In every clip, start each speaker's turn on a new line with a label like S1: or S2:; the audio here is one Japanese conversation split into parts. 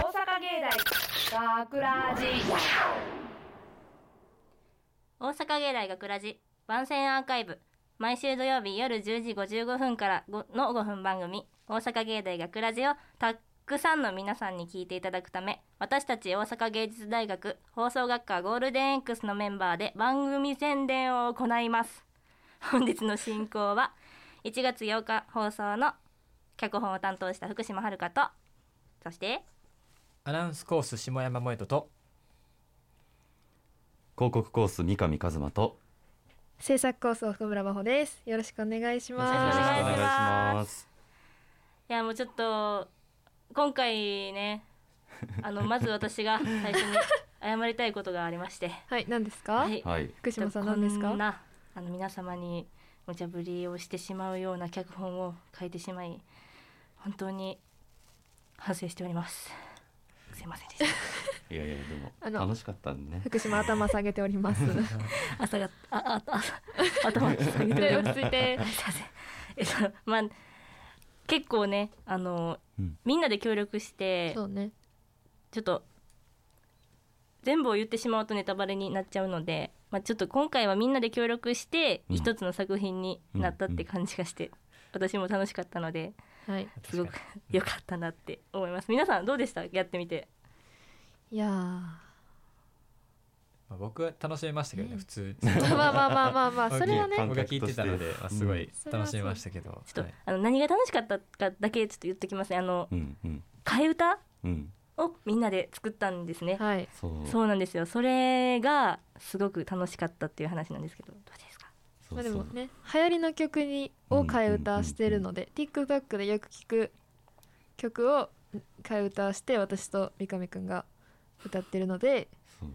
S1: 大学ラジ
S2: 大阪芸大学ラジ番宣アーカイブ毎週土曜日夜10時55分からごの5分番組「大阪芸大学ラジをたくさんの皆さんに聞いていただくため私たち大阪芸術大学放送学科ゴールデン X のメンバーで番組宣伝を行います本日の進行は1月8日放送の脚本を担当した福島遥とそして
S3: アナウンスコース下山萌人と
S4: 広告コース三上一馬と。
S5: 制作コース奥村真帆です。よろしくお願いし
S2: よろしくお願い
S5: ま
S2: し
S5: す。
S2: ますいやもうちょっと今回 ねあのまず私が最初に謝りたいことがありまして
S5: はい、何ですか、
S2: い
S4: はい。
S5: 福島さん何です
S2: こん
S5: か
S2: なあの皆様に無茶ぶりをしてしまうような脚本を書いてしまい本当に反省しておりますすいませんでし
S4: いやいやで
S5: あ
S4: も
S5: の
S4: 楽しかったんでね。
S5: 福島頭下げております。
S2: た 朝がああ朝頭が下げてお
S5: で
S2: ります
S5: 落ち着いて。
S2: えっとまあ結構ねあの
S4: うん
S2: みんなで協力して
S5: そうね。
S2: ちょっと全部を言ってしまうとネタバレになっちゃうので、まあ、ちょっと今回はみんなで協力して
S4: うん
S2: 一つの作品になったって感じがして、私も楽しかったので
S5: はい。
S2: すごく良かったなって思います皆さんどうでしたやってみて
S5: いやー。
S3: まあ僕は楽しめましたけどね、
S5: うん
S3: 普通に
S5: まあまあまあまあまあまあ、 それはね。
S4: 感
S3: 僕が聞いてたので
S4: 覚として
S3: まあすご
S4: う
S3: い楽しめましたけど、
S2: ちょっと、
S3: はい
S2: あの何が楽しかったかだけちょっと言っときますねあの
S4: うんうん
S2: 替え歌
S4: うん。
S2: をみんなで作ったんですね、
S5: はい。
S4: そうそ
S2: そううなんですよそれがすごく楽しかったっていう話なんですけどどうですか
S4: そう。
S5: まあでもね、流行りの曲にを替え歌してるので、TikTok でよく聞く曲を替え歌して、私と三上くんが歌ってるので、
S4: そう。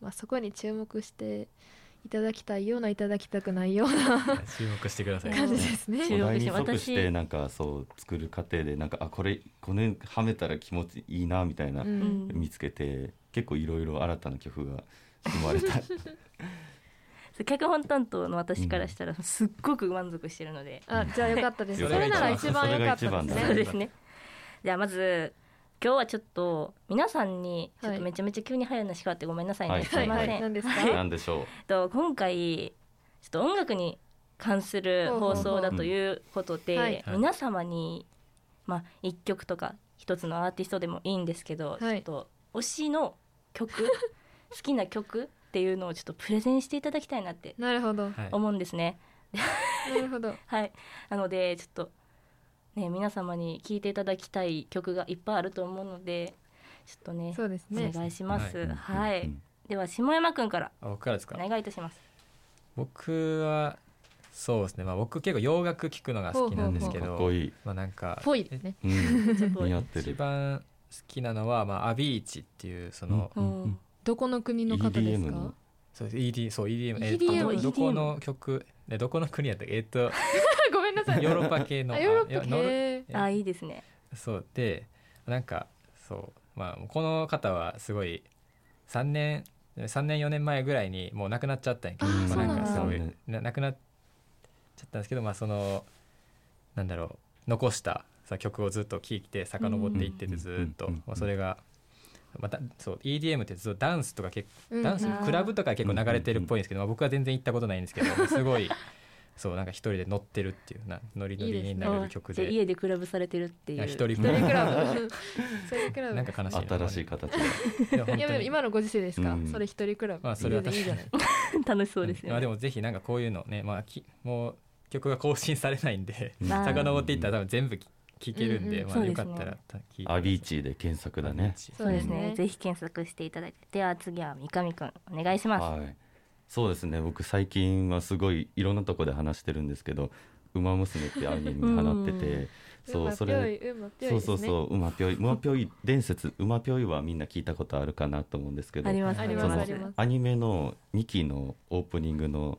S5: まあ、そこに注目していただきたいようないただきたくないような
S3: 注目してください
S5: 感じですね。
S2: 注
S4: お
S2: 目
S4: 題
S2: し
S4: に
S2: て
S4: 即して
S2: 私
S4: なんかそう作る過程でなんかあこれこの辺はめたら気持ちいいなみたいな
S5: うん、
S4: 見つけて結構いろいろ新たな曲が生ま れた。
S2: 脚本担当の私からしたらすっごく満足してるので、
S5: あじゃあよかったです。
S4: よ
S5: そ
S4: かった
S5: れなら一番良かったです
S4: それが一番だ
S2: そう
S5: ね。
S2: ですねじゃあまず今日はちょっと皆さんにちょっとめちゃめちゃ急に早い話変わってごめんなさいね、
S4: はい
S2: すいません、
S5: はい、何ですか？
S4: なんでしょ
S2: えっと今回ちょっと音楽に関する放送だということで、
S5: ほうほうほう
S3: はい
S2: 皆様に、まあ、1曲とか1つのアーティストでもいいんですけど、
S5: はい
S2: ちょっと推しの 曲好きな曲っていうのをちょっとプレゼンしていただきたいなって
S5: なるほど、
S3: はい
S2: 思うんですね。
S5: なるほど。
S2: はい、なのでちょっとね皆様に聴いていただきたい曲がいっぱいあると思うのでちょっとね
S5: そうです
S2: お
S5: ね。
S2: 願いしま
S4: う
S2: す。
S4: うん。
S2: はい、
S4: うん
S2: では下山くんから
S3: あ僕からですか
S2: お願いいたします。
S3: 僕はそうですねまあ僕結構洋楽聴くのが好きなんですけ
S4: か
S3: ど
S4: っこいい。
S3: まあなんか
S5: ぽいですね。
S4: うん
S2: ちょっと
S4: 似合って
S3: 一
S4: る。
S3: 番好きなのは、まあ、アビーチっていうその、
S2: う
S4: うんん
S5: どこの国の方です
S4: EDM
S5: か
S4: の？
S3: そう ED そう EDM, えっ
S5: EDM
S3: とどこの曲えどこの国やったっけえっと
S5: ごめんなさい。
S3: ヨーロッパ系の
S5: あヨーロッパ
S3: あいやノル
S5: 系。
S3: え
S2: あいいですね。
S3: そうでなんかそうまあこの方はすごい3年3年4年前ぐらいにもう亡くなっちゃったんやけど
S5: あー
S3: まあ
S5: そうなん
S3: か
S5: だ
S3: すごい
S4: 残
S3: な亡くなっちゃったんですけどまあそのなんだろう残したその曲をずっと聴いて遡っていって
S4: うん
S3: て
S4: うん
S3: ずーっ
S4: う
S3: と
S4: んうんうん
S3: まあそれが。またそう EDM ってずっとダンスとか結
S5: うん
S3: ダンス
S2: あー
S3: クラブとか結構流れてるっぽいんですけど、まあ、僕は全然行ったことないんですけどすごいそうなんか一人で乗ってるっていうなノリノリになれる曲
S2: あ
S3: で
S2: 家でクラブされてるって
S3: い
S2: い
S3: や
S2: う。
S3: 一人
S5: 一人ク ラブ。一人クラブ。
S3: なんか悲しいな
S4: 新しい形で。
S3: いや本
S5: いや
S3: 当
S5: でも
S3: に
S5: 今のご時世ですか？
S4: うん
S5: それ一人クラブ。
S3: まあそれは確かに
S5: いいじゃない。
S2: 楽しそうですよ、ね。
S3: まあでもぜひなんかこういうのねまあきもう曲が更新されないんで
S4: うん
S2: あー
S3: 遡っていったら多分全部き聞けるんで、
S5: うん
S2: うん
S3: ま
S2: そう
S3: あ
S2: です
S3: よか
S2: ね
S3: ったらた聞いてください
S4: アビーチで検索だね。
S5: そうです
S2: ね
S5: ね。
S2: ぜひ検索していただいて、では次は三上くんお願いします。
S4: はい。そうですね。僕最近はすごいいろんなとこで話してるんですけど、馬娘ってアニメに放ってて、そうそれ。
S5: うまぴょい。
S4: そうう
S5: まぴ
S4: そそう、馬ぴょ
S5: ょいうですね。
S4: い、馬ぴょい伝説、馬ぴょいはみんな聞いたことあるかなと思うんですけど
S2: あ。ります
S5: あり
S4: そ
S5: ます
S4: の
S5: あります。
S4: アニメの2期のオープニングの。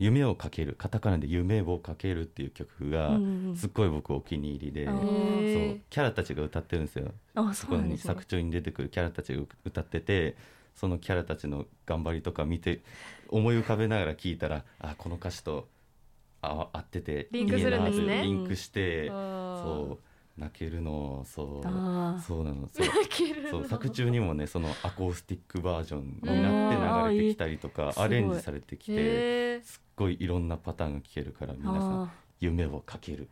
S4: 夢をかける、カタカナで夢をかけるっていう曲
S2: う
S4: が
S2: んう。ん
S4: すっごい僕お気に入りで、
S2: あ
S4: そ
S2: ー
S4: う
S5: へ
S4: キャラたちが歌ってるんですよ。
S2: うん、あ
S4: そ
S2: そ
S4: こ
S2: うなん
S4: に
S2: ですね
S4: 作。中に出てくるキャラたちが歌っててそのキャラたちの頑張りとか見て思い浮かべながら聞いたらあこの歌詞とあ合ってて
S5: リンクするんで
S4: い
S5: すね
S4: いなってリンクして、
S5: ー。
S4: そ泣けるのそう
S6: あー
S4: そうなのそうそう作中にもねそのアコースティックバージョンになって流れてきたりと
S6: うんあーい
S4: か
S6: い
S4: アレンジされてきて
S6: へー
S4: すっごいいろんなパターンが聞けるから皆さん
S6: あ
S4: 「夢をかける」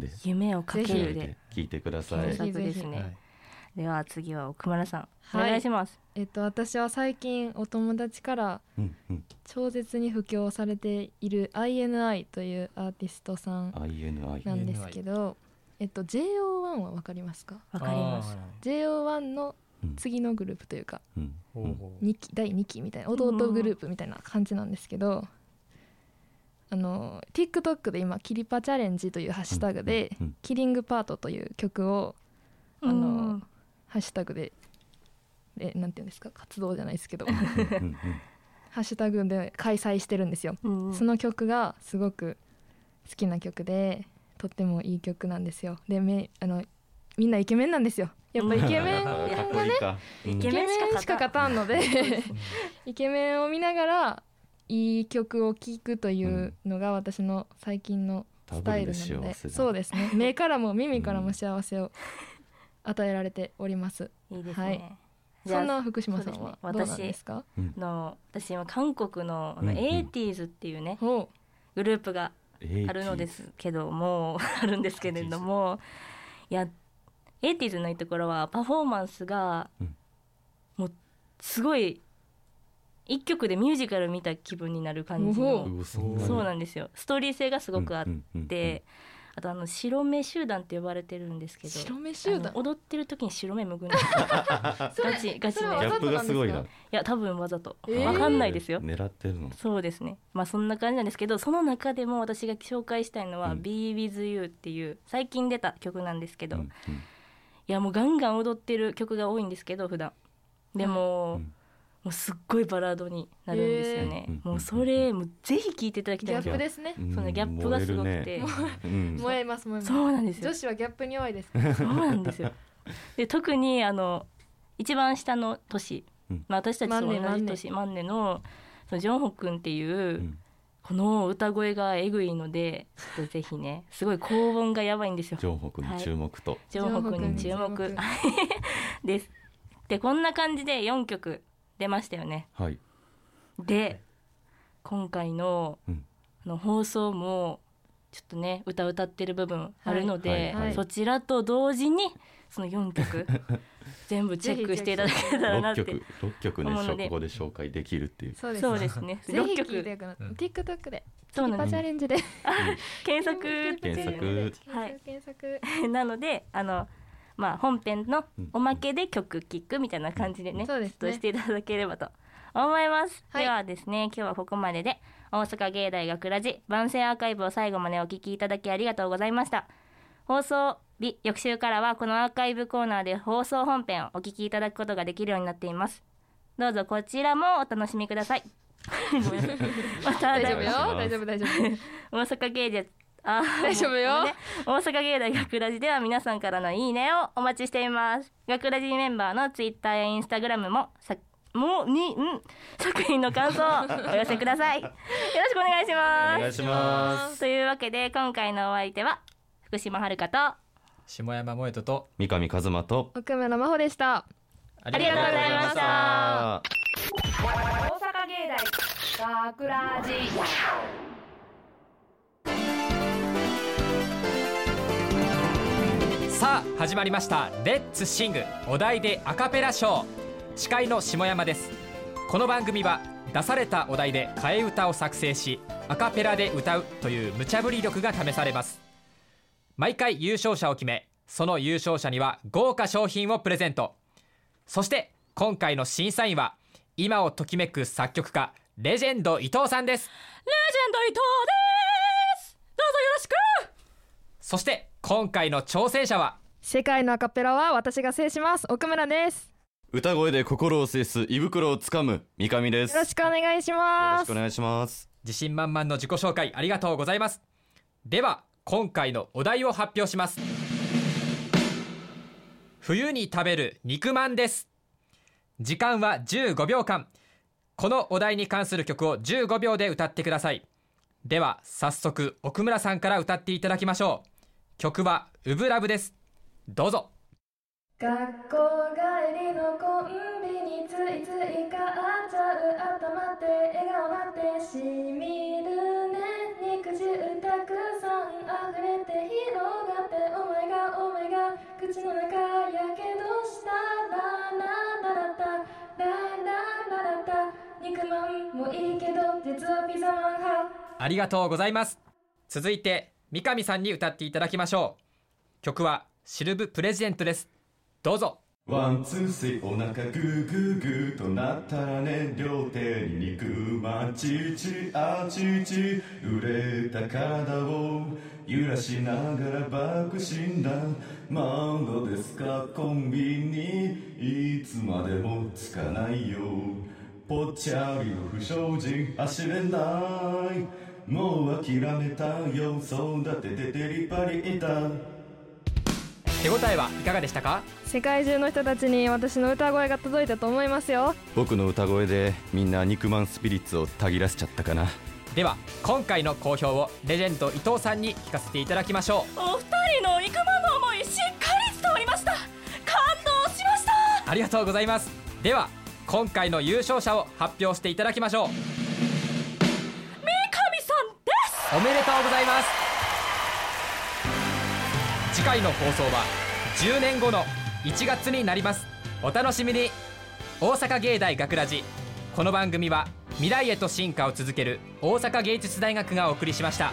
S4: で
S2: ー夢をかけ
S5: ぜひ
S2: るで
S4: 聞いてくださ
S2: 検
S4: い。
S2: 索です
S3: は
S2: ね
S3: い。
S2: では次は奥村さんお
S5: はい
S2: 願いします。
S5: えっと私は最近お友達から
S4: うんうん
S5: 超絶に布教されている INI というアーティストさん
S4: INI
S5: なんですけど、えっと JO1 はわかりますか？
S2: わかります。
S5: JO1 の次のグループというか、
S4: うん
S3: あー
S4: うん
S3: ほうほう
S5: 二期第2期みたいな弟グループみたいな感じなんですけど、あの TikTok で今「キリパチャレンジ」というハッシュタグで
S4: うんうん
S5: 「キリングパート」という曲をあの
S2: うん
S5: ハッシュタグでえなんていうんですか活動じゃないです けど
S4: うんうん
S5: ハッシュタグで開催してるんですよ。
S2: うんうん
S5: その曲がすごく好きな曲でとってもいい曲なんですよ。でめあのみんなイケメンなんですよ。やっぱイケメン
S4: か
S5: が
S4: っこいい
S5: ね
S4: かうん
S2: イ
S5: イ
S2: ケ
S5: ケ
S2: メ
S5: メ
S2: ンしか勝たん
S5: ンしか勝たんので イケメンを見ながらいい曲を聴くというのが私の最近のスタイルなの
S4: ダブルで幸
S5: で
S4: せだ
S5: そうです ね目からも耳からも幸せを与えられております、
S2: いいです
S5: は
S2: ね
S5: い。
S2: じゃあ
S5: そんな福島さんは
S2: そう
S5: どう
S2: で
S5: な
S2: すね
S5: んですか
S2: あの私は韓国のあの
S4: うんうん
S2: 80s っていうね
S5: ほ
S2: グループが
S4: えー
S2: あるのですけどもあるんですけれどもいや 80s のいいところはパフォーマンスが
S4: うん
S2: もうすごい一曲でミュージカル見た気分になる感じ
S5: お
S2: の
S5: ほ
S4: うおそ
S2: そう
S4: な
S2: なんですよストーリー性がすごくあっ
S4: って
S2: あとあの白目集団って呼ばれてるんですけ
S5: う
S2: ど
S5: 白目集
S2: あ
S5: 団
S2: の踊ってる時に白目むくんでるガチガチ
S5: それ
S2: ね
S5: は
S4: ギャップがすごいな。
S2: いや多分わざと、
S5: えー
S2: わかんないですよ
S4: 狙ってるの。
S2: そうですねまあそんな感じなんですけどその中でも私が紹介したいのは「
S4: うん
S2: BeWithYou」っていう最近出た曲なんですけど、
S4: うんう
S2: い
S4: ん
S2: やもうガンガン踊ってる曲が多いんですけど普段でも、
S4: うん
S2: もうすっごいバラードになるんですよね、
S4: えー
S2: もうそれもうぜひ聴いていただき
S5: ギ
S2: たい
S5: ャ
S2: んです
S5: ッ
S2: よ
S5: プですね
S4: うん
S2: そのギャップがすごくて、
S4: うん
S5: 燃えます燃えます
S2: そうなんですよ
S5: 女子はギャップに弱いですから
S2: そうなんですよ。で特にあの一番下の年、
S4: うん
S2: まあ私たちと同じ
S5: 万年
S2: 年マンネのそのジョンホクンっていう、
S4: ん
S2: この歌声がえぐいのでちょっとぜひねすごい高音がやばいんですよ。
S4: 上北に注目と。
S2: ジョンホクンに注
S5: ジョンホ
S2: 目
S5: クンに注
S2: です。でこんな感じで4曲出ましたよね。
S4: はい。
S2: で今回の,、
S4: うん
S2: あの放送もちょっとね歌歌ってる部分あるので、
S4: はいはい
S5: はい
S2: そちらと同時にその4曲 全部チェックしていただけたらなっ
S4: 六
S2: て
S4: 曲六曲ね
S2: 思うので
S4: ここで紹介できるっていう。
S5: そうです
S2: そうですね
S5: ぜひ
S2: 6
S5: 聴いて
S2: 曲
S5: ください
S3: うん
S5: TikTok で
S2: そうなん
S5: パ
S2: で
S5: チャレンジで
S2: す検索
S4: 検索
S2: はい
S5: 検索
S2: なのであの、まあ、本編の
S4: うん
S2: おまけで曲聴くみたいな感じでね、
S5: そうですね
S2: ちょっとしていただければと思います、
S5: はい
S2: ではですね今日はここまでで大阪芸大学ラジ万世アーカイブを最後までお聞きいただきありがとうございました放送日翌週からはこのアーカイブコーナーで放送本編をお聞きいただくことができるようになっていますどうぞこちらもお楽しみくだ さい ごめんなさいまた
S5: 大
S4: お
S5: 丈
S4: 願いしま
S5: 夫よ
S4: す
S5: 大丈夫大丈夫
S2: 大阪芸術あー
S5: 大丈夫よ
S2: もうね大阪芸大学ラジでは皆さんからのいいねをお待ちしています学ラジメンバーのツイッターやインスタグラムもさもうにん作品の感想 をお寄せくださいよろしくお願いし
S4: お
S2: ま
S4: 願いします。
S2: すというわけで今回のお相手は福島遥と
S3: 下山萌人と
S4: 三上一馬と。
S5: 奥村真帆でした
S3: あ
S2: りがとうございました。
S1: 大阪芸大学ラジ
S3: さあ始まりました「レッツシングお題でアカペラショー」司会の下山ですこの番組は出されたお題で替え歌を作成しアカペラで歌うという無茶ぶり力が試されます毎回優勝者を決めその優勝者には豪華賞品をプレゼントそして今回の審査員は今をときめく作曲家レジェンド伊藤さんです
S2: レジェンド伊藤ですどうぞよろしく
S3: そして今回の挑戦者は
S5: 世界のアカペラは私が制します奥村です
S4: 歌声で心を制す胃袋をつかむ三上です。
S5: よろしくお願いし
S4: よ
S5: ま
S4: ろし
S5: す
S4: くお願いします。
S3: 自信満々の自己紹介ありがとうございますでは今回のお題を発表します冬に食べる肉まんです時間は15秒間このお題に関する曲を15秒で歌ってくださいでは早速奥村さんから歌っていただきましょう曲は「ウブラブ」ですどうぞ
S1: 学校帰りのコンビニついつい買っちゃう頭って笑顔なってしみるね肉汁たくさん溢れて広がってお前がお前が口の中やけどしたらラララタラララタ肉まんもいいけど実はピザマン派
S3: ありがとうございます続いて三上さんに歌っていただきましょう曲はシルブプレジデントですどうぞ
S4: ワンツースリーお腹グーグーグーとなったらね両手に肉まちちあちち売れた体を揺らしながら爆心だまだですかコンビニいつまでもつかないよぽっちゃりの不祥事走れないもう諦めたよ育てててりぱりいた
S3: 手応えはいかがでしたか
S5: 世界中の人たちに私の歌声が届いたと思いますよ
S4: 僕の歌声でみんな肉まんスピリッツをたぎらせちゃったかな
S3: では今回の好評をレジェンド伊藤さんに聞かせていただきましょう
S2: お二人の肉まんの思いしっかり伝わりました感動しました
S3: ありがとうございますでは今回の優勝者を発表していただきましょうお
S2: 三上さんです
S3: めでとうございます次回の放送は10年後の1月になりますお楽しみに大阪芸大学ラジこの番組は未来へと進化を続ける大阪芸術大学がお送りしました